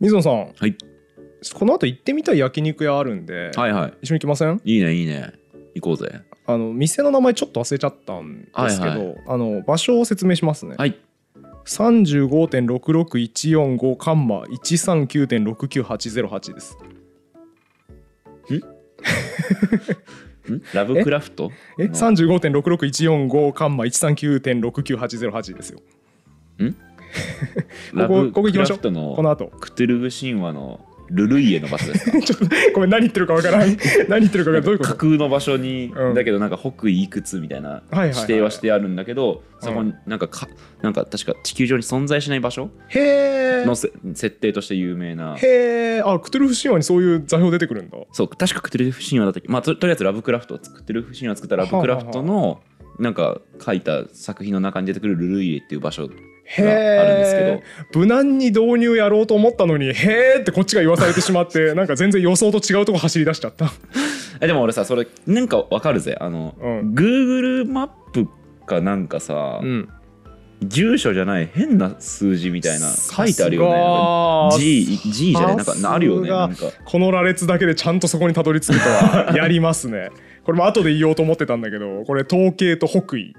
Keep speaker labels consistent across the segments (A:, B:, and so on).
A: 水野さん
B: はい
A: この後行ってみたい焼肉屋あるんで、
B: はいは
A: 一緒に行きません
B: いいいねいいね行こうぜ
A: あの店の名前ちょっと忘れちゃったんですけど、
B: はいは
A: あの場所を説明しますね、
B: はい
A: 35.66145カンマ139.69808です
B: んラブクラフト
A: え
B: うん
A: 35.66145カンマ139.69808ですよ
B: ラ
A: ここ
B: ブ
A: ここ行き
B: ク
A: ま
B: ラ
A: しょう
B: フトの
A: この後
B: クトゥルグ神話のルルイエの場所 ですか
A: ちょっとごめん何言ってるかわからない何言ってるかがどういうこ
B: 架
A: と
B: 空の場所に、
A: うん
B: だけどなんか北緯いくつみたいない
A: はいはい
B: 指定はしてあるんだけど、そこになんかかなんか確か地球上に存在しない場所
A: へえ
B: のせ設定として有名な
A: へえあクトゥルフ神話にそういう座標出てくるんだ
B: そう確かクトゥルフ神話だったっけ、まあ、ととりあえずラブクラフトを作ってる神話を作ったラブクラフトのなんか書いた作品の中に出てくるルルイエっていう場所があるんですけ
A: へ
B: ど
A: ー無難に導入やろうと思ったのに「へーってこっちが言わされてしまって なんか全然予想と違うとこ走り出しちゃった
B: えでも俺さそれなんかわかるぜあの、
A: うん
B: Google マップかなんかさ、
A: ん
B: 住所じゃない変な数字みたいな書いてあるよねなんか G, G じゃないなんかあるよねなんか
A: この羅列だけでちゃんとそこにたどり着くと はやりますねこれも後で言おうと思ってたんだけどこれ統計と北緯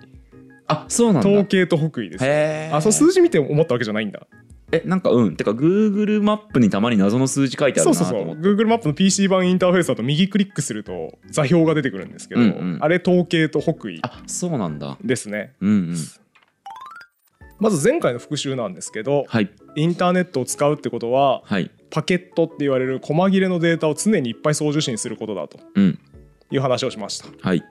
B: あそうなんだ
A: 統計と北緯です
B: へー
A: あそう数字見て思ったわけじゃないんだ
B: えなんかうんてか Google マップにたまに謎の数字書いてある
A: そうそ
B: な
A: うそ
B: と
A: う
B: 思って
A: Google マップの PC 版インターフェースだと右クリックすると座標が出てくるんですけど、
B: うんうん
A: あれ統計と北緯
B: あそうなんだ
A: ですね
B: うんうん
A: まず前回の復習なんですけど、
B: はい
A: インターネットを使うってことは
B: はい
A: パケットって言われる細切れのデータを常にいっぱい送受信することだと
B: うん
A: いう話をしました
B: はい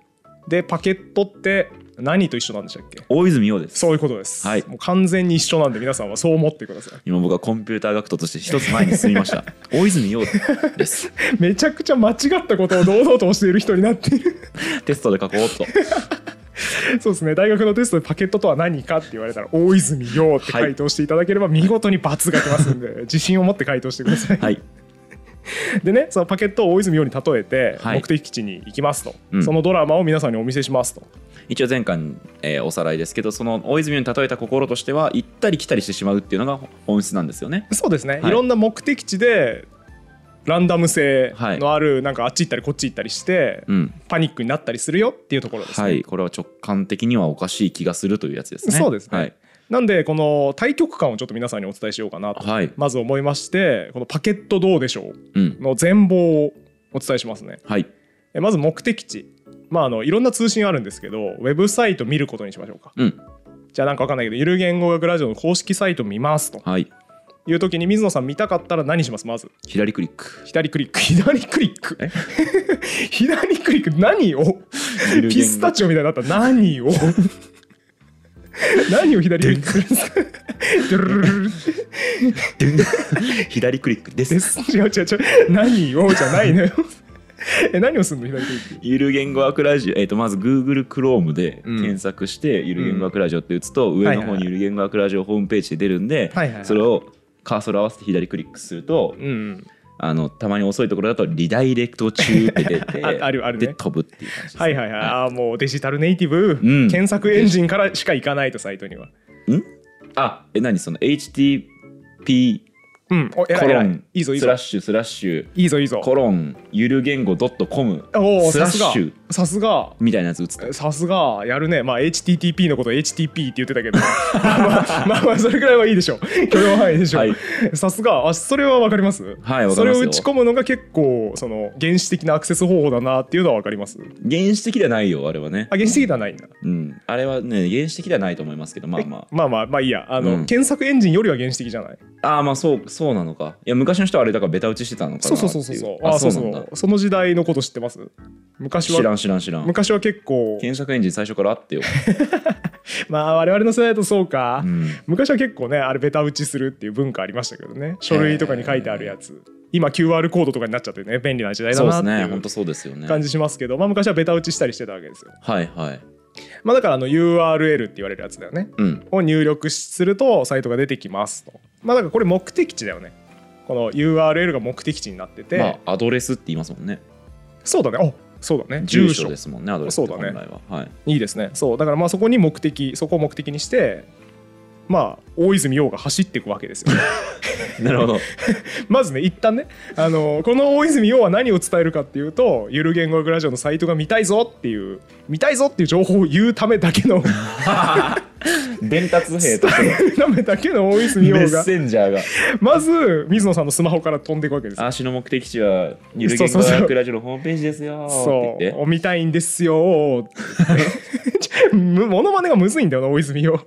A: でパケットって何と一緒なんでしたっけ
B: 大泉洋です
A: そういうことです、
B: はい
A: もう完全に一緒なんで皆さんはそう思ってください
B: 今僕はコンピューター学徒として一つ前に進みました 大泉洋です
A: めちゃくちゃ間違ったことを堂々としている人になっている
B: テストで書こうっと
A: そうですね大学のテストでパケットとは何かって言われたら大泉洋って回答していただければ見事に×が出ます んで、自信を持って回答してください
B: はい
A: でねそのパケットを大泉洋に例えて
B: はい
A: 目的地に行きますと、
B: うん
A: そのドラマを皆さんにお見せしますと、
B: 一応前回、えーおさらいですけどその大泉洋に例えた心としては行ったり来たりしてしまうっていうのが本質なんですよね
A: そうですね、
B: はい
A: い、ろんな目的地でランダム性のある、なんかあっち行ったりこっち行ったりして、
B: うん
A: パニックになったりするよっていうところですね、
B: はいこれは直感的にはおかしい気がするというやつですね
A: そうですね
B: はい
A: なんでこの対局観をちょっと皆さんにお伝えしようかなと、
B: はい
A: まず思いましてこのパケットどうでしょう
B: うん
A: の全貌をお伝えしますね
B: はい
A: えまず目的地まああのいろんな通信あるんですけどウェブサイト見ることにしましょうか
B: うん
A: じゃあなんかわかんないけどゆる言語学ラジオの公式サイト見ますと
B: はい
A: いう時に水野さん見たかったら何しますまず
B: 左クリック
A: 左クリック左クリック
B: え
A: 左クリック何を ピスタチオみたいになった何を 何を左クリックするんですかドゥルルルルル
B: 左クリックです
A: です 違う違う違う何をじゃないのよ え何をするの左クリック
B: ゆる言語学ラジオ、えー、とまず Google Chrome で
A: うん
B: 検索して、ゆる言語学ラジオって打つと、上の
A: はいは
B: 方
A: いはい
B: にゆる言語学ラジオホームページで出るんで、
A: はいはいはい
B: それをカーソル合わせて左クリックすると、
A: うんうん
B: あのたまに遅いところだとリダイレクト中って出て
A: ああるあるね
B: で飛ぶっていう感じです、
A: はいはいはいあーもうデジタルネイティブ、
B: うん
A: 検索エンジンからしか行かないとサイトには
B: あえ何その HTP
A: うんお
B: コ
A: 偉い
B: ロ
A: 偉い
B: ン
A: いいぞいい
B: ス
A: ぞ
B: ラッシュスラッシ
A: いいぞいい
B: ュ
A: ぞ
B: コロンゆる言語 .com
A: おお
B: スラ
A: さす
B: ッシ
A: が
B: ュ
A: さすが
B: みたいなやつ打つと
A: さすがやるねまあ HTTP のこと HTP って言ってたけど まあまあまあそれぐらいはいいでしょう 許容範囲でしょ
B: はいう
A: さすがあそれはわかります
B: はいわか
A: そ
B: り
A: れ
B: ま
A: を
B: す
A: 打
B: よ
A: ち込むのが結構その原始的なアクセス方法だなっていうのはわかります
B: 原始的ではないよあれはね
A: あ原始的ではないんだ
B: うん、あれはね原始的ではないと思いますけどまあまあ
A: まあまあまあいいやあの、
B: うん
A: 検索エンジンよりは原始的じゃない
B: ああまあそうそうなのかいや昔の人はあれだからベタ打ちしてたのかなって
A: そ
B: いう
A: そうそうそうそう
B: あ
A: あ
B: そ
A: そうう
B: な
A: そ
B: んだ
A: うその時代のこと知ってます昔
B: 知ら
A: は
B: ん知らん知らん
A: 昔は結構
B: 検索エンジン最初からあってよ、
A: まあ我々の世代だとそうか、
B: うん
A: 昔は結構ねあれベタ打ちするっていう文化ありましたけどね書類とかに書いてあるやつ今 QR コードとかになっちゃってね便利な時代だ
B: そうで
A: な
B: す
A: って
B: ね
A: い
B: 本
A: う
B: 当そうですよね
A: 感じしますけど、まあ、昔はベタ打ちしたりしてたわけですよ、
B: はいはい
A: まあ、だからあの URL って言われるやつだよね
B: うん
A: を入力するとサイトが出てきますとまあだからこれ目的地だよねこの URL が目的地になってて、
B: まあアドレスって言いますもんね
A: そうだねおそうだね
B: 住所ですもんねアドレスって
A: そうだね
B: 本来は、はい
A: いいですねそうだからまあそこに目的そこを目的にしてまあ大泉洋が走っていくわけですよ
B: なる ほど。
A: まずね一旦ねあのこの大泉洋は何を伝えるかっていうとゆる言語学ラジオのサイトが見たいぞっていう見たいぞっていう情報を言うためだけの
B: 伝達兵と して
A: ためだけの大泉
B: のメ
A: 洋
B: ッ
A: が
B: センジャーが。
A: まず水野さんのスマホから飛んでいくわけですよ
B: あしの目的地は、ゆる言
A: そう
B: 語
A: そうそう
B: 学ラジオのホームページですよーって言っ
A: そう見たいんですよーって むモノマネがむずいんだよな大泉洋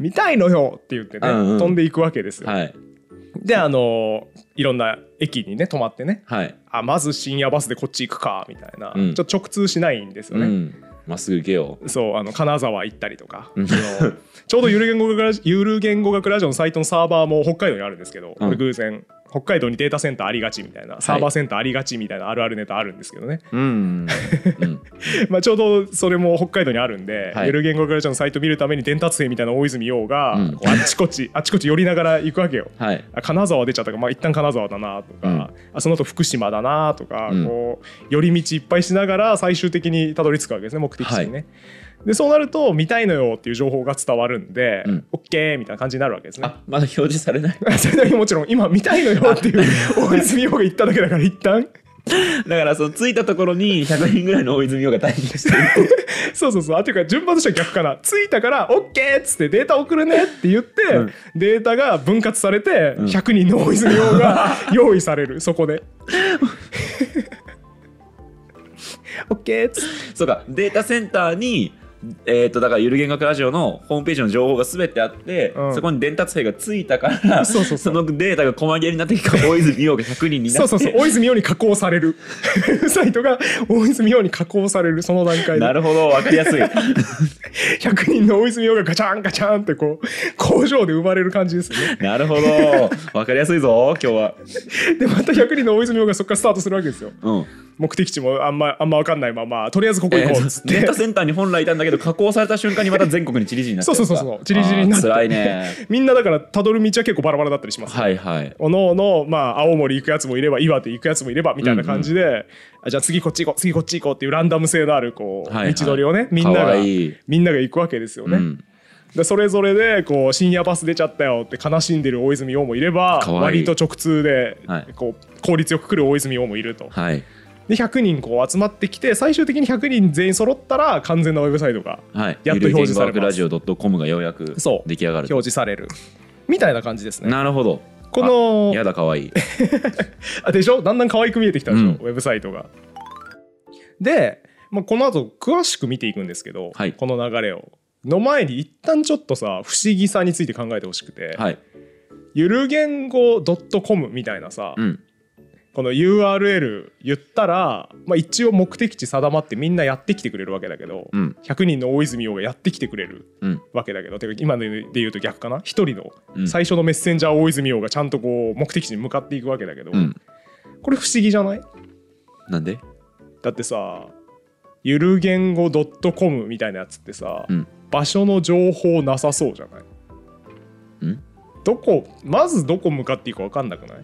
A: 見たいのよって言ってね、
B: うんうん
A: 飛んでいくわけです
B: て。
A: よ、
B: はい。
A: であのーいろんな駅にね泊まってね
B: はい。
A: あまず深夜バスでこっち行くかみたいな、
B: うん
A: ちょっと直通しないんですよ
B: う
A: ね、
B: ん。まっすぐ行けよ。
A: そうあの金沢行ったりとか、
B: うん
A: そのちょうどゆる言語学ラジゆる言語学ラジオのサイトのサーバーも北海道にあるんですけど、これ偶然北海道にデータセンターありがちみたいなサーバーセンターありがちみたいなあるあるネタあるんですけどね、
B: うん。うん。
A: まあちょうどそれも北海道にあるんで、
B: はい
A: ゆる言語学ラジオのサイト見るために伝達兵みたいな大泉洋が、
B: うん
A: こうあっちこっちあっちこっち寄りながら行くわけよ。
B: はい。
A: あ金沢出ちゃったから、まあ一旦金沢だなとか、
B: うん
A: あその後福島だなとか、
B: うん
A: こう寄り道いっぱいしながら最終的にたどり着くわけですね目的地にね。でそうなると見たいのよっていう情報が伝わるんで、
B: うん
A: オッケーみたいな感じになるわけですね。
B: あまだ表示されない。
A: それだけもちろん今見たいのよっていう大泉洋が言っただけだから一旦
B: だから、その着いたところに100人ぐらいの大泉洋が待機してる。
A: そうそうそう。あというか順番としては逆かな。着いたから、オッケーっつってデータ送るねって言って、
B: うん
A: データが分割されて、
B: ん
A: 100人の大泉洋 が用意される、そこで。オッケーっつって。
B: そうか、データセンターに、えっ、と、だから、ゆる言語学ラジオのホームページの情報がすべてあって、
A: うん
B: そこに伝達兵がついたから、
A: そうそうそう
B: のデータが細切れになってきた大泉洋が100人になって、
A: そうそうそう。大泉洋に加工される。 サイトが大泉洋に加工される、その段階で
B: な。るほど、わかりや すい。
A: 100人の大泉洋がガチャンガチャンってこう、工場で生まれる感じですよね。
B: なるほど、わかりやすいぞ、今日は。
A: で、また100人の大泉洋がそこからスタートするわけですよ。
B: うん。
A: 目的地もあんま、あんまわかんないまま、とりあえずここ
B: え
A: 行こうっつっ
B: ー
A: て。
B: データセンターに本来いたんだけど、加工された瞬間に また全国にチリジリになっちゃ
A: そう
B: う。
A: そうそうそうチリチリになって
B: あー辛いね。
A: みんなだからたどる道は結構バラバラだったりします、
B: はいはい。
A: おのおの、まあ、青森行くやつもいれば岩手行くやつもいればみたいな感じで、あじゃあ次こっち行こう次こっち行こうっていうランダム性のあるこう、
B: はいはい
A: 道のりをねみんな
B: か
A: が
B: わいい
A: みんなが行くわけですよね。
B: うん
A: でそれぞれでこう深夜バス出ちゃったよって悲しんでる大泉洋もいれば
B: かわいい
A: 割と直通で、
B: はい
A: こう効率よく来る大泉洋もいると。
B: はい。
A: で100人こう集まってきて最終的に100人全員揃ったら完全なウェブサイトが
B: はい。
A: やっと表示されます
B: ゆる言語学ラジオ .com がようやく
A: そう
B: 出来上が
A: 表。
B: る
A: 示されるみたいな感じですね。
B: なるほど。
A: この
B: あやだ、かわいい。
A: あでしょだんだん可愛く見えてきたでしょ、
B: うん
A: ウェブサイトが。で、まあ、この後詳しく見ていくんですけど、
B: はい
A: この流れを。の前に一旦ちょっとさ不思議さについて考えてほしくて、
B: はい。
A: ゆる言語 .com みたいなさ、
B: うん。
A: この URL 言ったら、まあ、一応目的地定まってみんなやってきてくれるわけだけど、
B: うん。
A: 100人の大泉洋がやってきてくれる
B: うん。
A: わけだけどてか今ので言うと逆かな1人
B: うん
A: の最初のメッセンジャー大泉洋がちゃんとこう目的地に向かっていくわけだけど、
B: うん。
A: これ不思議じゃない
B: なんで
A: だってさゆる言語 .com みたいなやつってさ、
B: うん
A: 場所の情報なさそうじゃない
B: うん
A: どこまずどこ向かっていいか分かんなくない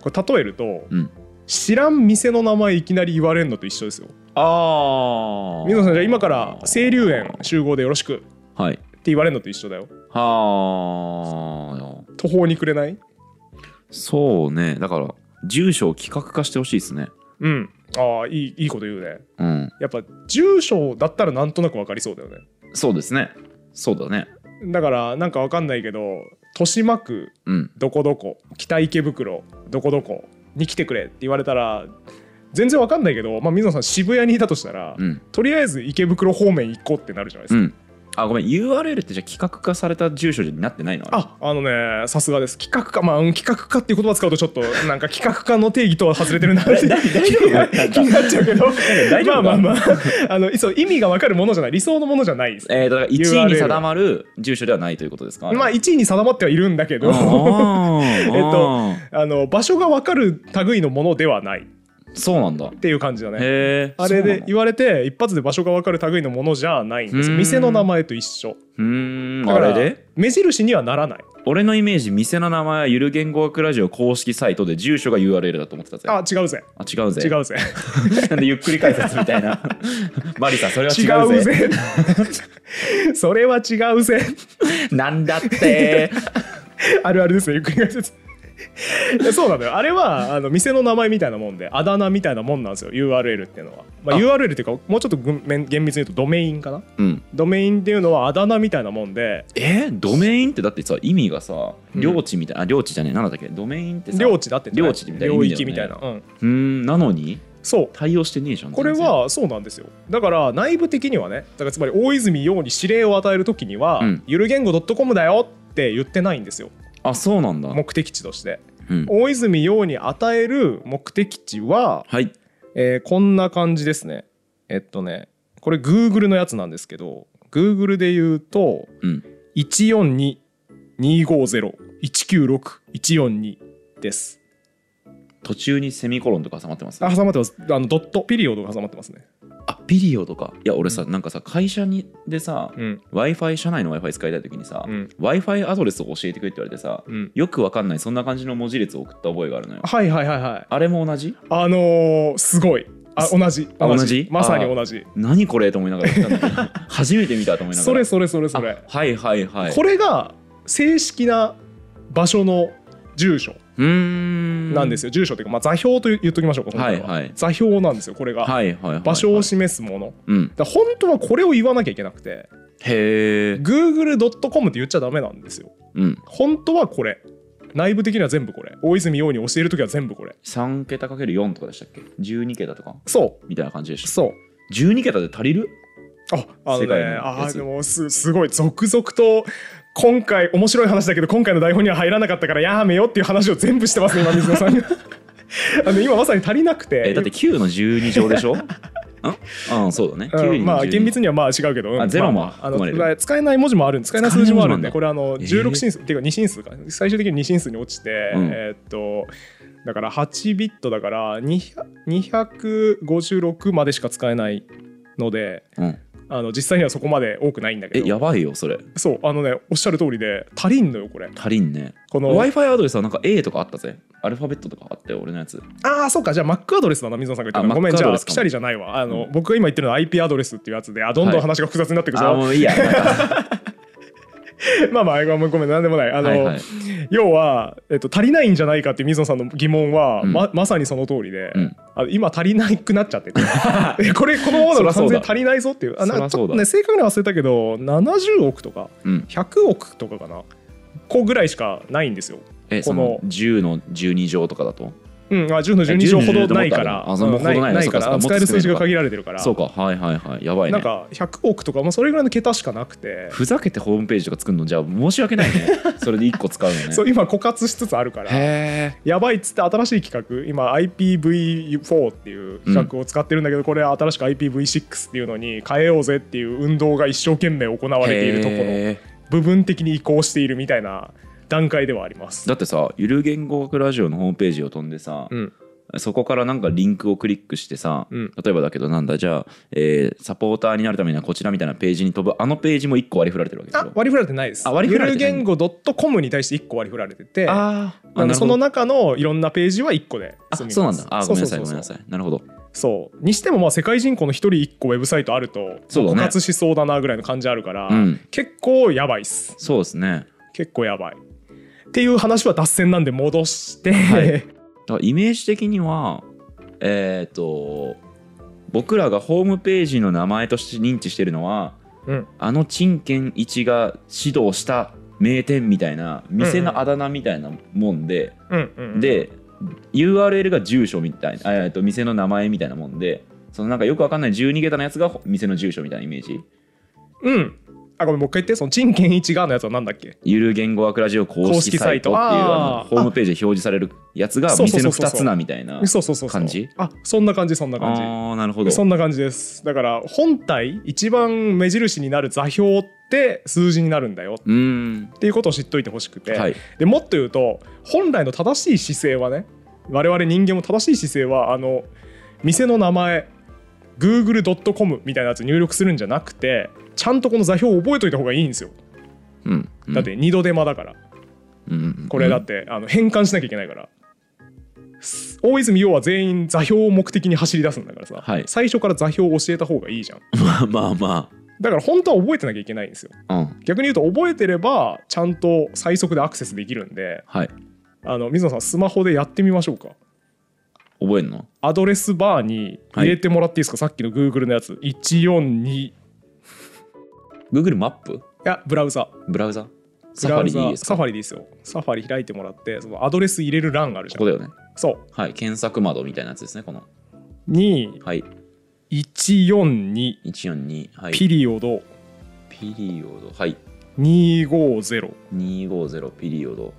A: これ例えると、
B: うん
A: 知らん店の名前いきなり言われるのと一緒ですよ
B: ああ。
A: 水野さんじゃあ今から清流園集合でよろしくって
B: はい。
A: 言われるのと一緒だよ
B: はあ。
A: 途方にくれない
B: そうね。だから、住所を企画化してほしいですね。
A: うんああいいいいこと言うね
B: うん。
A: やっぱ住所だったらなんとなく分かりそうだよね
B: そうですね。そうだね。
A: だからなんか分かんないけど豊島区
B: うん。
A: どこどこ北池袋どこどこに来てくれって言われたら全然わかんないけど、まあ、水野さん渋谷にいたとしたら、
B: うん。
A: とりあえず池袋方面行こうってなるじゃないで
B: う
A: すか、
B: ん。あ、ごめん。URL ってじゃあ企画化された住所になってないのあれ
A: ああのねさすがです企画家まあ、うん企画家っていう言葉使うとちょっとなんか企画家の定義とは外れてるなって気が気になっちゃうけ ど
B: 大丈夫か
A: まあまあまあ あのそう意味がわかるものじゃない理想のものじゃないです、
B: えー、とだから1位
A: URL
B: に定まる住所ではないということですか
A: まあ
B: い
A: 1位に定まってはいるんだけど あ
B: え
A: えっの場所がわかる類のものではないっ
B: そうなんだ。
A: ていう感じだね
B: へえ。
A: あれで
B: そう
A: 言われて一発で場所が分かる類のものじゃないんです
B: うん
A: 店の名前と一緒
B: なんだうーん、
A: だか
B: あれ
A: ら
B: で
A: 目印にはならない
B: 俺のイメージ、店の名前はゆる言語学ラジオ公式サイトで住所が URL だと思ってたぜ。
A: あ違うぜ
B: あ違うぜ。
A: 違 うぜ
B: なんでゆっくり解説みたいな。マリさん、それは
A: 違
B: 違うぜ。
A: うぜ それは違うぜ
B: なんだって
A: あるあるですねゆっくり解説そうなのよあれはあの店の名前みたいなもんであだ名みたいなもんなんですよ URL っていうのは、まあ、
B: あ
A: URL っていうかもうちょっとぐん厳密に言うとドメインかな
B: うん
A: ドメインっていうのはあだ名みたいなもんで
B: えドメインってだってさ意味がさ
A: うん
B: 領地みたいな、あ領地じゃねえなんだっけドメインってさ
A: 領地だってんじゃな
B: 領地みたいな意
A: 領
B: 味だよね
A: 域みたいな、うん、
B: うーんなのに
A: そう
B: 対応してねえじゃん
A: これ
B: 全然
A: はそうなんですよだから内部的にはねだからつまり大泉洋に指令を与える時には、
B: うん
A: ゆる言語 .com だよって言ってないんですよ
B: あそうなんだ、
A: 目的地として
B: うん、
A: 大泉洋に与える目的地は、
B: はい
A: えーこんな感じですねえっとねこれ Google のやつなんですけど Google で言うと
B: うん
A: 142250196142です
B: 途中にセミコロンとか挟まってます
A: あ挟まってますあのドットピリオドが挟まってますね
B: あピリオとかいや俺さ、なんかさ会社にでさ、
A: うん
B: w i f i 社内の w i f i 使いたい時にさ、
A: うん
B: w i f i アドレスを教えてくれって言われてさ
A: うん
B: よくわかんないそんな感じの文字列を送った覚えがあるのよ
A: はいはいはいはい
B: あれも同じ
A: あのー、すごいあ同じ
B: あ同じ
A: まさに同じ
B: 何これと思いながら言ったん だけど初めて見たと思いながら
A: それそれそれそれ
B: あはいはいはい
A: これが正式な場所の住所
B: うーん
A: なんですすよ、住所というか、まあ、座標と言っときましょうか今回は、
B: はいはい
A: 座標なんですよこれが、
B: はいはいはいはい
A: 場所を示すもの
B: うん
A: だから本当はこれを言わなきゃいけなくて
B: へえ
A: Google.com って言っちゃダメなんですよ
B: うん
A: 本当はこれ内部的には全部これ大泉洋に教える時は全部これ
B: 3桁かける4とかでしたっけ12桁とか
A: そ
B: みたいな感じで
A: う
B: し
A: そう
B: た12桁で足りる
A: ああの
B: 世界の
A: ね
B: やつ
A: あーでもすすごい続々と今回面白い話だけど今回の台本には入らなかったからやめよっていう話を全部してますね今水野さ んがあの今まさに足りなくて
B: えだって9の12乗 でしょんうんそうだね
A: うん
B: 9に
A: まあ厳密
B: に
A: にはまあ違うけど、うん
B: あゼロも
A: まああ
B: 含まれる
A: の使えない文字もあるん使えない数字もあるんで
B: 使
A: こ
B: え
A: れあの
B: え
A: 16
B: ー
A: 進数、っていうか2進数か最終的に2進数に落ちて、
B: うん
A: えーっとだから8ビットだから200 256までしか使えないので
B: うん
A: あの実際にはそこまで多くないんだけ
B: え
A: ど
B: やばいよそれ
A: そうあのねおっしゃる通りで足りんのよこれ
B: 足りんね
A: この
B: w i f i アドレスはなんか A とかあったぜアルファベットとかあったよ俺のやつ
A: ああそうかじゃあ Mac アドレスだな水野さんが言ってた
B: あ
A: ごめん
B: Mac
A: じゃ
B: アド
A: あ
B: レスか
A: ピ
B: も
A: シャリじゃないわあの、
B: う
A: 僕が今言ってるのは IP アドレスっていうやつであどんど
B: は
A: ん
B: い
A: 話が複雑になってくるぞ、
B: あもういいや
A: まあまあごめんごめんなんでもないあの、
B: はいはい
A: 要は、えっと、足りないんじゃないかっていう水野さんの疑問は、
B: うん
A: ままさにその通りで、
B: うん
A: あ今足りなくなっ ちゃっててえこれこのままだと完全に足りないぞっていうあなんかち
B: そりゃそうだ
A: ょっとね正確には忘れたけど70億とか
B: うん
A: 100億とかかなこうぐらいしかないんですよ。
B: えその10の12乗とかだと
A: うん、あ10の12乗ほどないから、う
B: あ10の12乗ほどあるあそんなことない
A: ん
B: の
A: ないか
B: そう
A: ら
B: かそうか
A: 使える数字が限られてるから、
B: そうかはいはいはいやばい
A: なん
B: ね
A: か100億とか、まあ、それぐらいの桁しかなくて、
B: ふざけてホームページとか作るのじゃあ申し訳ない ねそれで1個使うのね
A: そう今枯渇しつつあるから、
B: へえ
A: やばいっつって新しい企画今 IPv4 っていう企画を使ってるんだけど、これ新しく IPv6 っていうのに変えようぜっていう運動が一生懸命行われているところ部分的に移行しているみたいな段階ではあります。
B: だってさゆる言語学ラジオのホームページを飛んでさ、
A: うん
B: そこからなんかリンクをクリックしてさ、
A: うん
B: 例えばだけどなんだじゃあ、えーサポーターになるためにはこちらみたいなページに飛ぶあのページも1個割り振られてるわけでし
A: あ
B: ょ
A: 割り振られてないです。
B: あ割り振られてない
A: ゆる言語 .com に対して1個割り振られてて
B: あー
A: な
B: あ
A: の
B: な
A: で
B: る
A: そ
B: ほ
A: の
B: ど
A: 中のいろんなページは1個で
B: あ
A: 済みます
B: そうなんだあーごめんなさ
A: そ
B: い
A: う
B: ご
A: そ
B: め
A: うんそう
B: なさいなるほど
A: そうにしてもまあ世界人口の1人1個ウェブサイトあると
B: そうだ
A: 枯
B: ね
A: 渇しそうだなぐらいの感じあるから、
B: うん
A: 結構やばいっす。
B: そうですね
A: 結構やばい。っていう話は脱線なんで戻して、
B: いだからイメージ的にはえっ、と僕らがホームページの名前として認知してるのは
A: うん、
B: あの陳建一が指導した名店みたいな店のあだ名みたいなもんで、
A: うん、うん、
B: で URL が住所みたいなあえっと店の名前みたいなもんでそのなんかよくわかんない12桁のやつが店の住所みたいなイメージ
A: うん。あ、ごめん、もう一回言って、その陳健一がのやつはなんだっけ
B: ゆる言語学ラジオ公式サイトっていう
A: 公式サイト
B: あの
A: あー
B: ホームページで表示されるやつが
A: そうそう
B: 店
A: そう
B: の
A: そう
B: 2つなみたいな
A: そうそうそうそう。
B: 感じ
A: あ、そんな感じ、そんな
B: あ
A: 感
B: ーなるほど
A: じ。そんな感じです。だから、本体、一番目印になる座標って数字になるんだよ
B: うーん
A: っていうことを知っといてほしくて、
B: はい
A: でもっと言うと、本来の正しい姿勢はね、我々人間も正しい姿勢は、あの、店の名前、google.com みたいなやつ入力するんじゃなくて、ちゃんとこの座標を覚えといた方がいいんですよ。
B: うん
A: だって二度手間だから これだっててあの変換しなきゃいけないからす大泉洋は全員座標を目的に走り出すんだからさ
B: はい
A: 最初から座標を教えた方がいいじゃん
B: まあまあまあ
A: だから本当は覚えてなきゃいけないんですよ
B: うん
A: 逆に言うと覚えてればちゃんと最速でアクセスできるんで
B: はい
A: あの水野さんスマホでやってみましょうか
B: 覚えんの
A: アドレスバーに入れてもらっていいですか、さっきの Google のやつ142い
B: Google マップ
A: やブラウザ
B: ブラウザ
A: ブ
B: サフ
A: ラ
B: ァ
A: ウ
B: リ
A: ザ
B: でいいです
A: サ
B: か
A: ファリでいいですよサファリ開いてもらってそのアドレス入れる欄があるじ
B: こ
A: ゃん
B: こだよね
A: そう
B: はい検索窓みたいなやつですねこの
A: に
B: はい
A: 142
B: 142はい
A: ピリオド
B: ピリオドはい
A: 250196
B: 250ピリオド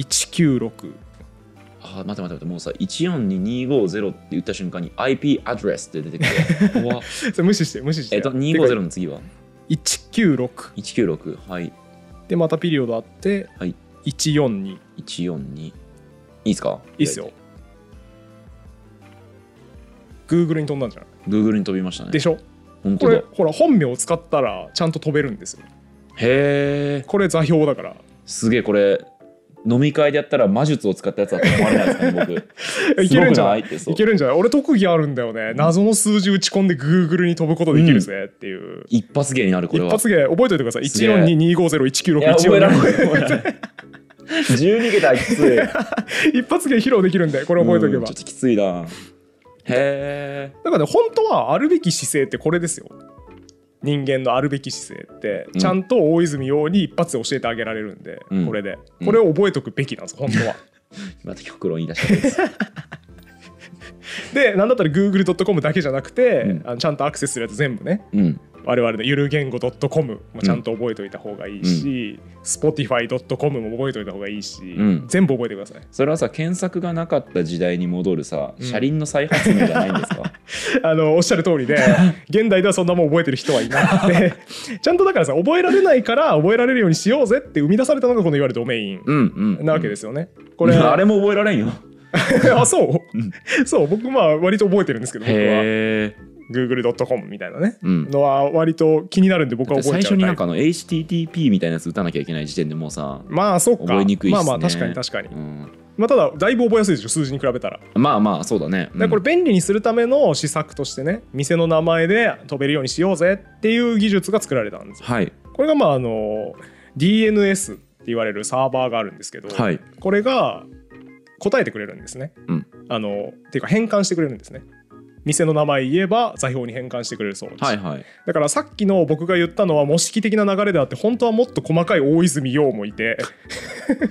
B: あー待って待って待ってもうさ142250って言った瞬間に IP アドレスって出てくる 怖っ
A: それ無視して無視して
B: えっと250の次は
A: 196
B: 196はい
A: でまたピリオドあって、
B: はい
A: 142い
B: 142いいですか
A: いっすよ Google に飛んだんじゃない
B: Google に飛びましたね
A: でしょ
B: 本
A: こ
B: 当だ
A: れほら本名を使ったらちゃんと飛べるんですよ
B: へえ
A: これ座標だから
B: すげえこれ飲み会でやったら魔術を使ったやつだと思われないですかね 僕
A: いけるんじゃない
B: すごくってそう
A: いけるんじゃない俺特技あるんだよね謎の数字打ち込んで Google に飛ぶことできるぜっていう、
B: 一発芸になるこれ
A: 一
B: は
A: 発芸覚えておいてください
B: すげえいや覚えられない
A: 14250196142
B: 覚えられない12桁 はきつい
A: 一発芸披露できるんでこれ覚えておけ
B: うん
A: ば
B: ちょっときついなへえ
A: だからね本当はあるべき姿勢ってこれですよ人間のあるべき姿勢って
B: うん
A: ちゃんと大泉洋に一発で教えてあげられるんで、
B: うん
A: これで
B: うん
A: これを覚えとくべきなんです本 当は
B: また極論言い出したんです
A: でなんだったら google.com だけじゃなくて、
B: うん
A: あのちゃんとアクセスするやつ全部ね
B: うん
A: 我々のゆる言語 .com もちゃんと覚えといた方がいいし、spotify.com も覚えといた方がいいし、
B: ん
A: 全部覚えてください
B: それはさ検索がなかった時代に戻るさ、
A: うん
B: 車輪の再発明じゃないんで すか
A: あのおっしゃる通 りで現代ではそんなもん覚えてる人はいなくてちゃんとだからさ覚えられないから覚えられるようにしようぜって生み出されたのがこのいわゆるドメイン
B: うんうん
A: なわけですすよね。
B: こ
A: こ
B: れ
A: れ
B: あれも覚えられんよ
A: あそう
B: うん
A: そう僕まあ割と覚えてるんですけど僕は
B: へえ
A: Google.com みたいなね
B: うん
A: のは割と気になるんで僕
B: だっ
A: は
B: て
A: 覚え
B: 最
A: ちゃうタイ
B: 初
A: プ
B: になんかあの HTTP みたいなやつ打たなきゃいけない時点でもうさ
A: まあそうか
B: 覚えにくいっすね
A: まあまあ確かに確かに、
B: うん
A: まあ、ただだいぶ覚えやすいでしょ数字に比べたらだか
B: まあまあそうだね。
A: らこれ便利にするための施策としてね店の名前で飛べるようにしようぜっていう技術が作られたんです
B: うんはい
A: これがまああの DNS って言われるサーバーがあるんですけど、
B: はい。
A: これが答えてくれるんですね。
B: うん
A: あのっていうか変換してくれるんですね。店の名前言えば座標に変換してくれるそうです、
B: はいはい。
A: だからさっきの僕が言ったのは模式的な流れであって本当はもっと細かい大泉洋もいて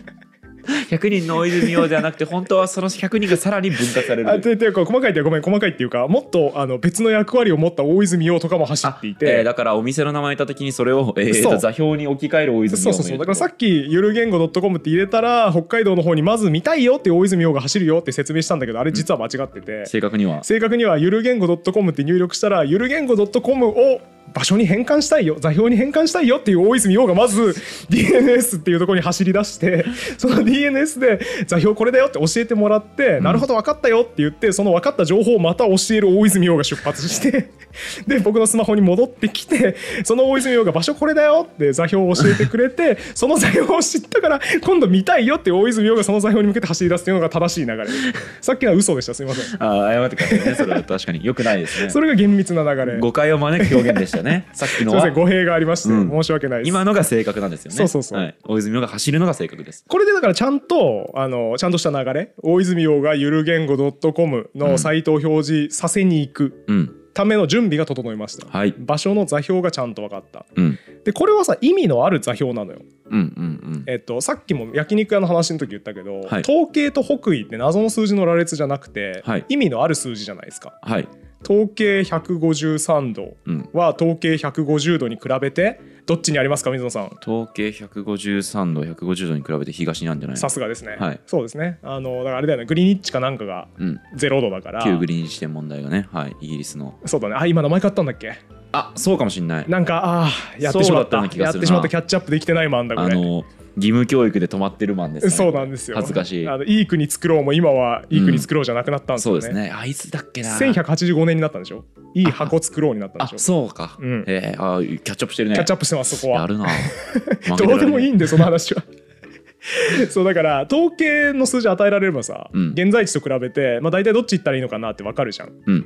B: 100人の大泉洋ではなくて、本当はその100人がさらに分割され
A: あ
B: る。
A: てていうか細かいってごめん細かいっていうかもっとあの別の役割を持った大泉洋とかも走っていて、
B: えーだからお店の名前言った時にそれを、えー、
A: そう
B: と座標に置き換える大泉
A: そ
B: 洋
A: う
B: の
A: そうそうだからさ
B: き
A: っきゆる言語 .com って入れたら北海道の方にまず見たいよって大泉洋が走るよって説明したんだけどあれ実は間違ってて、
B: 正確には
A: 正確にはゆる言語 .com って入力したらゆる言語 .com を場所に変換したいよ座標に変換したいよっていう大泉洋がまず DNS っていうところに走り出してその DNS で座標これだよって教えてもらって、
B: ん
A: なるほど分かったよって言ってその分かった情報をまた教える大泉洋が出発して で僕のスマホに戻ってきてその大泉洋が場所これだよって座標を教えてくれて その座標を知ったから今度見たいよって大泉洋がその座標に向けて走り出すっていうのが正しい流れですさっきのは嘘でしたすいません
B: あー謝ってくださいねそれは確かによくないですね
A: それが厳密な流れ。
B: 誤解を招く表現でしたねさっき
A: す
B: の
A: みま
B: は
A: せん、語弊がありまして、
B: うん
A: 申し訳ないです。
B: 今のが正確なんですよね
A: そうそうそう
B: はい、大泉洋が走るのが正確です
A: これでだからちゃんとあのちゃんとした流れ大泉洋がゆる言語 .com のサイトを表示させに行く
B: うん
A: ための準備が整いました、
B: はい
A: 場所の座標がちゃんと分かった
B: うん
A: でこれはさ意味のある座標なのよ、
B: うんうん
A: えっと、さっきも焼肉屋の話の時言ったけど、
B: はい
A: 統計と北緯って謎の数字の羅列じゃなくて、
B: はい
A: 意味のある数字じゃないですか
B: うんはい
A: 統計153度
B: うん
A: は統計150度に比べてどっちにありますか水野さん
B: 統計153度150度に比べて東なんじゃない
A: さすがですね、
B: はい
A: そうですねあのだからあれだよねグリニッチかなんかが
B: うん
A: 0度だから
B: 旧グリーン視点問題がね、はい、イギリスの。
A: そうだねあ今名前買ったんだっけ
B: あそうかもしんない。
A: なんかあーやってしまった
B: そうだったような気
A: や
B: が
A: っ
B: するな
A: てしまったキャッチアップできてないマンだこ
B: あ
A: れ
B: の義務教育で止まってるマンです、ね。
A: そうなんですよ
B: 恥ずかしい。
A: あのいい国作ろうも今はいい国作ろうじゃなくなったんです
B: そう
A: よね、
B: ですね。あいつだっけな。
A: 1185年になったんでしょいい箱作ろうになったん
B: あ
A: でしょ
B: そうか。
A: うん
B: えーあキャッチアップしてるね。
A: キャッチアップしてますそこは
B: やるな。
A: どうでもいい
B: い。
A: んでその話は そうだから統計の数字与えられればさ、
B: うん
A: 現在地と比べて、まあ、大体どっち行ったらいいのかなってわかるじゃん
B: うん。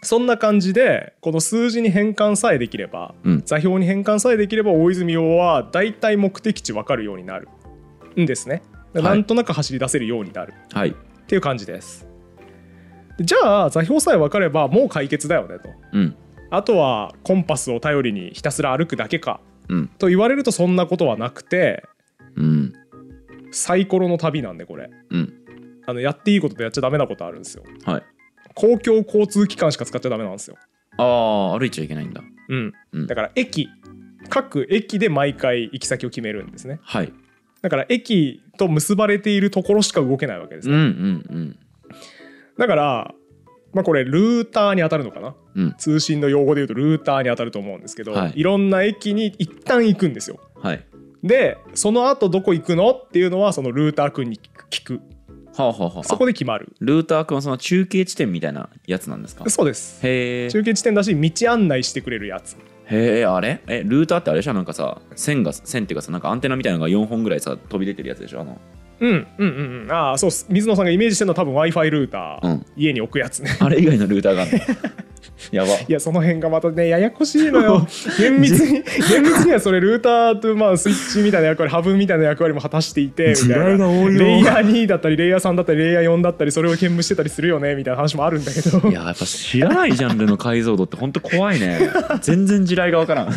A: そんな感じでこの数字に変換さえできれば、
B: うん
A: 座標に変換さえできれば大泉洋は大体目的地分かるようになるんですね。で
B: は
A: な
B: い
A: んとなく走り出せるようになる
B: はい
A: っていう感じです。でじゃあ座標さえ分かればもう解決だよねと。
B: うん
A: あとはコンパスを頼りにひたすら歩くだけか
B: うん
A: と言われるとそんなことはなくて
B: うん
A: サイコロの旅なんでこれ
B: うん
A: あのやっていいこととやっちゃダメなことあるんですよ。
B: はい
A: 公共交通機関しか使っちゃダメなんですよ。
B: ああ歩いちゃいけないんだ
A: うん
B: うん
A: だから駅各駅で毎回行き先を決めるんですね
B: はい
A: だから駅と結ばれているところしか動けないわけです
B: うん
A: ね、
B: うん
A: だからまあこれルーターに当たるのかな
B: うんうん
A: 通信の用語で言うとルーターに当たると思うんですけど、
B: はい
A: い、ろんな駅に一旦行くんですよ
B: はい
A: でその後どこ行くのっていうのはそのルーター君に聞く
B: はあはあはあ
A: そこで決まる
B: ルーター君はその中継地点みたいなやつなんですか
A: そうです
B: へえ
A: 中継地点だし道案内してくれるやつ
B: へえあれえルーターってあれでしょなんかさ線が線っていうかさなんかアンテナみたいなのが4本ぐらいさ飛び出てるやつでしょあの
A: うんうんうんうんああそうっす水野さんがイメージしてるのは多分 w i f i ルーター、
B: うん
A: 家に置くやつね
B: あれ以外のルーターがあ るのやば
A: いやその辺がまたねややこしいの よ厳密に厳密にはそれルーターとまあスイッチみたいな役割ハブみたいな役割も果たしていてみたい
B: 時代が
A: な
B: 多いよ
A: レイヤー2だったりレイヤー3だったりレイヤー4だったりそれを兼務してたりするよねみたいな話もあるんだけど
B: いややっぱ知らないジャンルの解像度って本当怖いね全然地雷がわからん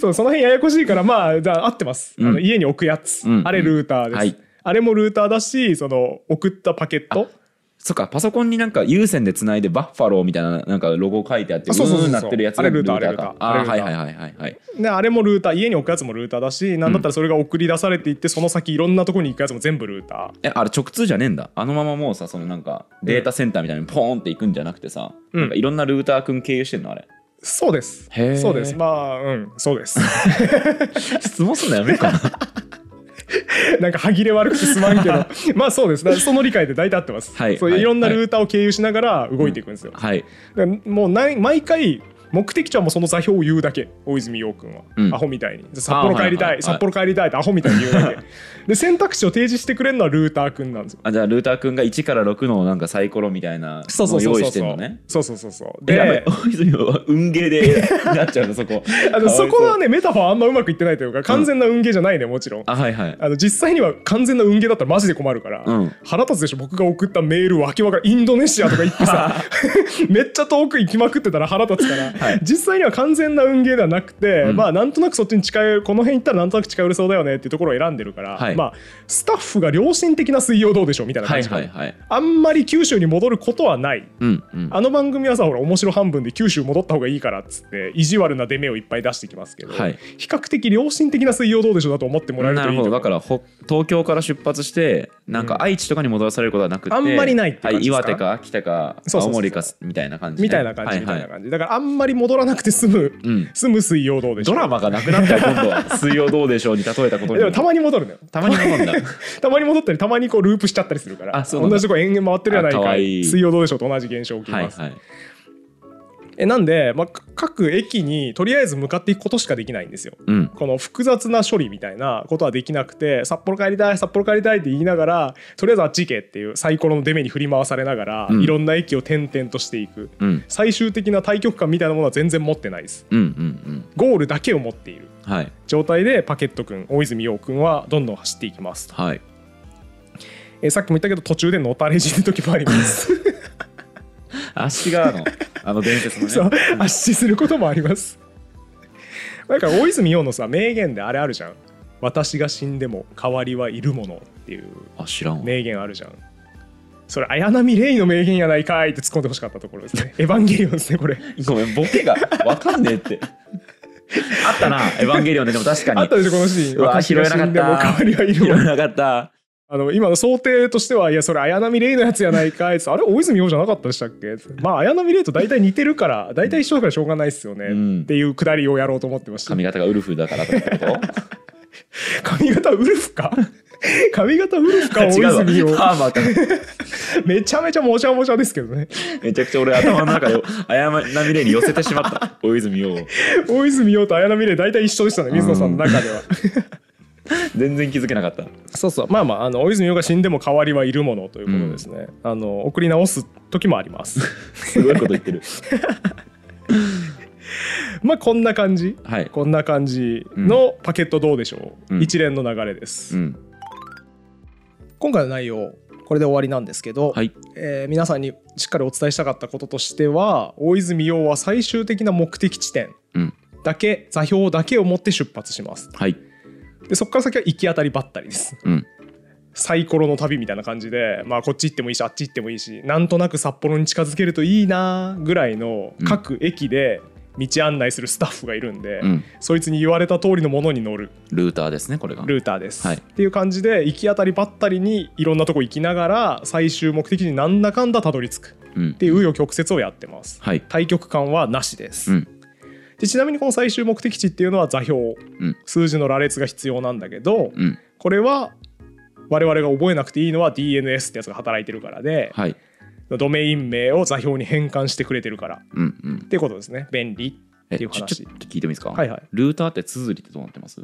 A: そうその辺ややこしいからまあじゃあ合ってます、
B: うん
A: あの家に置くやつ、
B: うん
A: あれルーターです、
B: はい
A: あれもルーターだしその送ったパケット
B: そっかパソコンになんか有線でつないでバッファローみたいななんかロゴ書いてあって
A: あそうそうそうそう
B: ーんなってるやつ
A: あ
B: が
A: れルーターあ
B: か
A: れルーター
B: あ
A: あ
B: は
A: れ
B: い
A: ルー
B: は
A: タ
B: いはいはいはい
A: であれもルーター家に置くやつもルーターだしなんだったらそれが送り出されていってその先いろんなとこに行くやつも全部ルーター
B: えあれ直通じゃねえんだあのままもうさそのなんかデータセンターみたいにポーンっていくんじゃなくてさ、
A: うん
B: なんかいろんなルーター君経由してんのあれ
A: そうです
B: へー
A: そうですまあうんそうです
B: 質問すんのやめるかな
A: なんか歯切れ悪くてすまんけ どまあそうですだからその理解で大体合ってます、
B: はい
A: そう
B: はい
A: いろんなルーターを経由しながら動いていくんですよ、
B: はい
A: だからもうない毎回目的地はもうその座標を言うだけ大泉洋君は、
B: うん
A: アホみたいに札幌帰りたい、
B: はいはいはい
A: 札幌帰りたいってアホみたいに言うだけで選択肢を提示してくれるのはルーター君なんですよ
B: あじゃあルーター君が1から6のなんかサイコロみたいなのを用意してんのね
A: そうそうそうそう
B: で
A: で
B: 大泉洋は運ゲーでなっちゃうのそこ
A: あのそこは
B: ね
A: ねメタファーあんまうまくいってないというか完全な運ゲーじゃないねもちろん
B: あはいはい
A: あの実際には完全な運ゲーだったらマジで困るから、
B: うん
A: 腹立つでしょ僕が送ったメールわけわからんインドネシアとか行って さめっちゃ遠く行きまくってたら腹立つから、
B: はい
A: 実際には完全な運ゲーではなくて、
B: うん
A: まあなんとなくそっちに近寄るこの辺行ったらなんとなく近寄れそうだよねっていうところを選んでるから、
B: はい
A: まあスタッフが良心的な水曜どうでしょうみたいな
B: は
A: 感
B: い
A: じで、
B: はいはい
A: あんまり九州に戻ることはない。
B: うんうん
A: あの番組はさほら面白半分で九州戻った方がいいからっつって意地悪な出目をいっぱい出してきますけど、
B: はい
A: 比較的良心的な水曜どうでしょうだと思ってもらえると
B: ない
A: い
B: る
A: と思
B: ほど
A: う
B: だからほ東京から出発してなん
A: うん
B: か愛知とかに戻らされることはなくて、
A: あんまりないって感じですか
B: はい、岩手か秋田か
A: そうそうそうそう
B: 青森かみたいな感じね、
A: みたいな感じ、みたいない
B: ははい
A: 感じだからあんまり戻らなくて済む、
B: うん
A: 済む水曜どうでしょ
B: ド
A: う
B: ラマがなくなったよ今度は水曜どうでしょうに例えたことに
A: でもたまに戻るのよ
B: たまに戻るんだ
A: たまに戻ったりたまにこうループしちゃったりするから
B: あそう
A: 同
B: なんだ
A: じとこ延々回ってるやない
B: あか
A: か
B: わいい
A: 水曜どうでしょうと同じ現象起き
B: はい
A: ます、
B: はい
A: えなんで、まあ、か各駅にとりあえず向かっていくことしかできないんですよ
B: うん
A: この複雑な処理みたいなことはできなくて札幌帰りたい札幌帰りたいって言いながらとりあえずあっち行けっていうサイコロの出目に振り回されながら、
B: うん
A: いろんな駅を転々としていく
B: うん
A: 最終的な対局感みたいなものは全然持ってないです
B: うんうん
A: ゴールだけを持っている
B: うんはい
A: 状態でパケット君大泉洋君はどんどん走っていきますと、
B: はい
A: えーさっきも言ったけど途中でのたれ死ぬ時もあります
B: 足がのあの伝説のね
A: そう圧死することもあります なんか大泉洋のさ名言であれあるじゃん「私が死んでも代わりはいるもの」っていう
B: あ知らんわ、
A: 名言あるじゃんそれ綾波レイの名言やないかいって突っ込んでほしかったところですねエヴァンゲリオンですねこれ
B: ごめんボケがわかんねえってあったな「エヴァンゲリオン」ででも確かに
A: あったでしょこのシーン
B: うわ
A: 私が死んでも代わりはいる
B: 拾
A: もの
B: えなかった
A: あの今の想定としては「いやそれ綾波レイのやつやないかい」つってあれ大泉洋じゃなかったでしたっけ?」つってまあ綾波レイと大体似てるから大体一緒だからしょうがないっすよね」
B: うん
A: っていうくだりをやろうと思ってました
B: 髪型がウルフだからとかってこと
A: 髪型ウルフ か髪型ウルフか大
B: 違うわ
A: 泉洋
B: ハーマーか
A: めちゃめちゃもちゃもちゃですけどね
B: めちゃくちゃ俺頭の中で誤り波れに寄せてしまった大泉洋を
A: 大泉洋と綾波レイ大体一緒でしたね水野さんの中では
B: 全然気づけなかった
A: そうそうまあまああの大泉洋が死んでも変わりはいるものということですね、あの送り直す時もあります
B: すごいこと言ってる
A: まあこんな感じ
B: はい、
A: こんな感じのパケットどうでしょう、
B: うん
A: 一連の流れです、
B: うん、
A: 今回の内容これで終わりなんですけど、
B: はい
A: えー皆さんにしっかりお伝えしたかったこととしては大泉洋は最終的な目的地点
B: うん
A: だけ、座標だけを持って出発します
B: はい
A: でそこから先は行き当たりばったりです
B: うん
A: サイコロの旅みたいな感じで、まあ、こっち行ってもいいしあっち行ってもいいしなんとなく札幌に近づけるといいなぐらいの
B: うん
A: 各駅で道案内するスタッフがいるんで、
B: うん
A: そいつに言われた通りのものに乗る
B: ルーターですねこれが
A: ルーターです、
B: はい
A: っていう感じで行き当たりばったりにいろんなとこ行きながら最終目的地になんだかんだたどり着く
B: うん
A: っていう紆余曲折をやってます
B: はい
A: 対極感はなしです、
B: うん
A: でちなみにこの最終目的地っていうのは座標、
B: うん
A: 数字の羅列が必要なんだけど、
B: うん
A: これは我々が覚えなくていいのは DNS ってやつが働いてるからで、
B: はい
A: ドメイン名を座標に変換してくれてるからっ
B: うんうん
A: ていうことですね便利
B: え
A: って
B: ち
A: いう
B: ょちょっと
A: 話
B: 聞いてもいいですか
A: はいはい
B: ルーターって綴りってどうなってます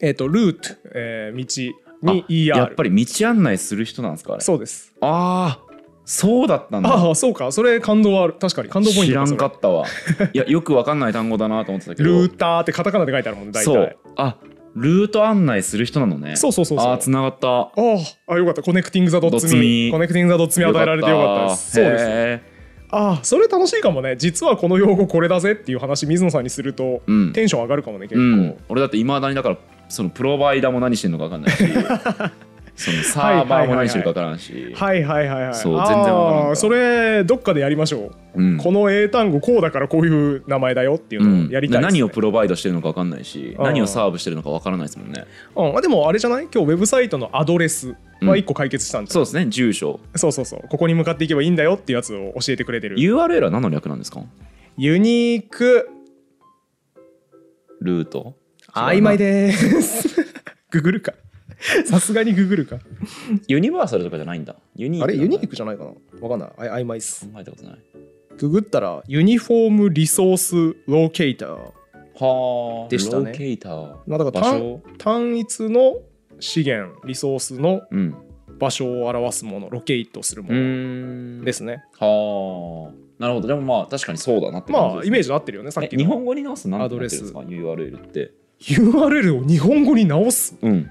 A: えっ、とルート、えー道
B: あ
A: に ER
B: やっぱり道案内する人なんですかあれ
A: そうです
B: ああそうだったんだ
A: ああそうかそれ感動はある確かに感動ポイン
B: 知
A: ト
B: ら
A: だ
B: んか
A: そ
B: ったわいやよくわかんない単語だなと思ってたけ
A: れ
B: ど
A: ルーターってカタカナで書いてあるもんね大体
B: そうあルート案内する人なのね
A: そうそうそうそう
B: ああつながった
A: あああよかったコネクティング・ザ・ドッツ
B: ドッツ
A: ミ
B: ミ
A: コネクティング・ザ・ドッツミ与えられてよかったですそうです
B: へ
A: ああそれ楽しいかもね実はこの用語これだぜっていう話水野さんにすると、
B: ーうん
A: テンション上がるかもね結
B: う
A: 構、
B: ん、俺だっていまだにだからそのプロバイダーも何してんのか分か んないしそのサーバーも何してるか分からんし
A: はいはいはいはい
B: そう全然わからんか
A: あ
B: ら
A: あそれどっかでやりましょう、
B: うん
A: この英単語こうだからこういう名前だよっていう
B: う
A: のを
B: ん
A: やりたいです、ね
B: 何をプロバイドしてるのか分かんないし
A: あー
B: 何をサーブしてるのか分からないですもんね
A: うんあでもあれじゃない今日ウェブサイトのアドレスは1個解決したんじゃ
B: そ
A: な
B: う
A: い
B: ですね住所
A: そうそうそうここに向かっていけばいいんだよっていうやつを教えてくれてる
B: URL は何の略なんですか
A: ユニーク
B: ルート
A: 曖昧です ググるかさすがにググるか
B: ユニバーサルとかじゃないんだユニーク
A: あれユニー
B: ク
A: クじゃないかなわかんないあ曖昧っす
B: 考えたことない
A: ググったらユニフォームリソースロケーター
B: はあ
A: でしたね
B: ロケーター
A: まあだから
B: 場所
A: 単単一の資源リソースの
B: うん
A: 場所を表すものロケートするも
B: う
A: の
B: ーん
A: ですね、
B: はあなるほどでもまあ確かにそうだなって感じ
A: まあ
B: ですね
A: イメージ合ってるよねさっき
B: え
A: の
B: 日本語に直すなんてなってるんですか
A: ア
B: URL って。
A: URL を日本語に直す
B: うん、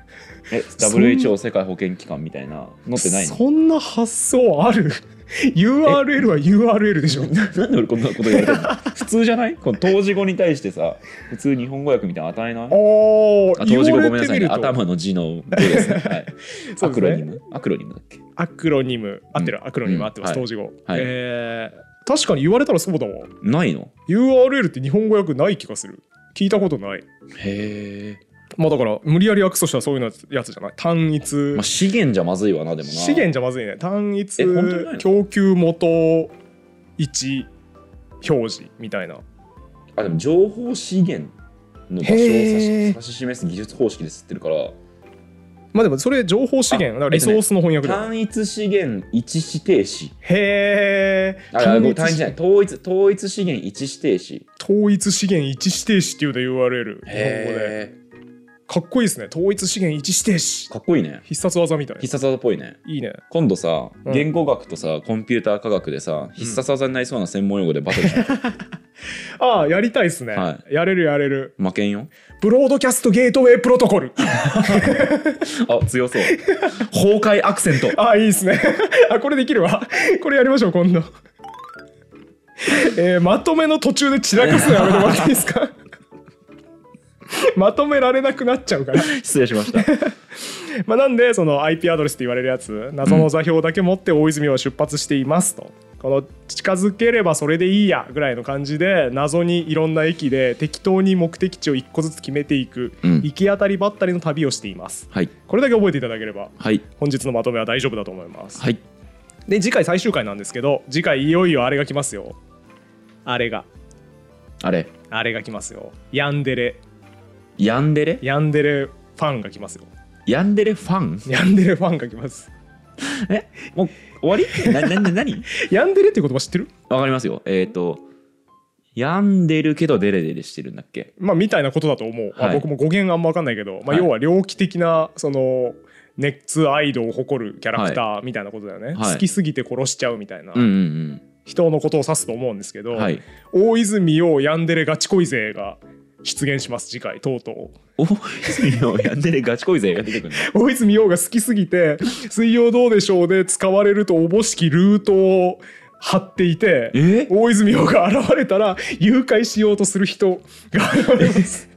B: え
A: そん
B: WHO 世界保健機関みたいな載ってないの
A: そんな発想あ る URL は URL で しょ
B: なんで俺こんなこと言われ てるの普通じゃないこの当時語に対してさ普通日本語訳みたいなの与えない
A: おー
B: あ当時
A: 言
B: 語
A: わ
B: ごめん
A: れ
B: な
A: て
B: さ
A: み
B: い
A: る
B: ね
A: と
B: 頭の字の語ですね、はい、
A: そう
B: ア
A: です
B: クロ
A: ね
B: ニムアクロニムだっけ
A: アクロニム合ってる、アクロニム合ってます、
B: うん
A: 当時語、
B: はい
A: えー確かに言われたらそうだわ
B: ないの
A: URL って日本語訳ない気がする聞いたことない
B: へ
A: まあだから無理やり訳としたらそういうのやつじゃない単一、
B: え、まあ、資源じゃまずいわなでもな
A: 資源じゃまずいね単一
B: え本当にないの
A: 供給元一表示みたいな
B: あでも情報資源の場所を指
A: へ
B: し
A: ー
B: 指し示す技術方式で吸ってるから
A: まあでもそれ情報資源だからリソースの翻訳だ、
B: 単一資源一指定詞
A: へえ
B: あ単一単一じゃない統一統一資源一指定詞
A: 統一資源一指定詞っていうと URL 日本語で
B: へ
A: かっこいいですね統一資源一指定詞
B: えかっこいいね
A: 必殺技みたい
B: 必殺技っぽいね
A: いいね
B: 今度さ、
A: うん
B: 言語学とさコンピューター科学でさ必殺技になりそうな専門用語でバトルし ない、
A: ああやりたいですね、
B: は
A: やれるやれる
B: 負けんよ
A: ブロードキャストゲートウェイプロト コル
B: あ強 そう崩壊アクセント
A: ああいいですね あこれできるわ これやりましょう今度えーまとめの途中で散らかすのやめてもらっていいですか まとめられなくなっちゃうから
B: 失礼しました
A: まあ、なんでその IP アドレスって言われるやつ謎の座標だけ持って大泉は出発していますと、この近づければそれでいいやぐらいの感じで謎にいろんな駅で適当に目的地を一個ずつ決めていく、
B: うん
A: 行き当たりばったりの旅をしています
B: はい
A: これだけ覚えていただければ
B: はい
A: 本日のまとめは大丈夫だと思います、
B: はい
A: で次回最終回なんですけど次回いよいよあれが来ますよあれが
B: あれ
A: あれが来ますよヤンデレ
B: ヤンデレ
A: ヤンデレファンが来ますよ
B: ヤンデレファン
A: ヤンデレファンが来ます
B: えもう終わりななな何
A: ヤンデレっていう言葉知ってる
B: わかりますよえっ、と病んでるけどデレデレしてるんだっけ
A: まあみたいなことだと思う、まあ
B: はい
A: 僕も語源あんま分かんないけど、まあ、
B: はい
A: 要は猟奇的なその熱愛度を誇るキャラクターみたいなことだよね、
B: はい
A: 好きすぎて殺しちゃうみたいな、
B: うんうん
A: 人のことを指すと思うんですけど、
B: うんはい
A: 大泉洋ヤンデレガチ恋勢が出現します次回とうとう
B: 大泉洋やんでるガチ恋勢が出てくるんだ
A: 大泉洋が好きすぎ て「水曜どうでしょう」で使われるとおぼしきルートを張っていて
B: え
A: 大泉洋が現れたら誘拐しようとする人が現れます。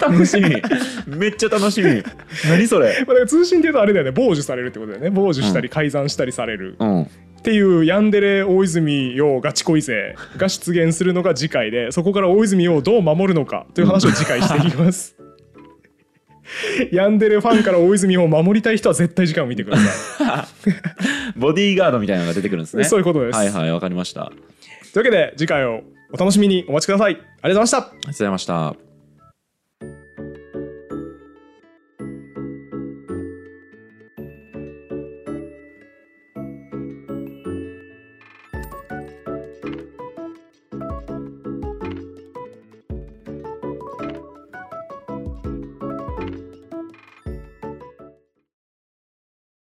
B: 楽しみめっちゃ楽しみ何それ
A: まあだから通信で言うとあれだよね傍受されるってことだよね傍受したり改ざんしたりされる、
B: うん
A: っていうヤンデレ大泉洋ガチ恋勢が出現するのが次回でそこから大泉洋をどう守るのかという話を次回していきます。ヤンデレファンから大泉洋を守りたい人は絶対時間を見てください。
B: ボディーガードみたいなのが出てくるんですね
A: そういうことです
B: はいはいわかりましたありがと
A: というわけで次回をお楽しみにお待ちくださいありがとうございました
B: うございました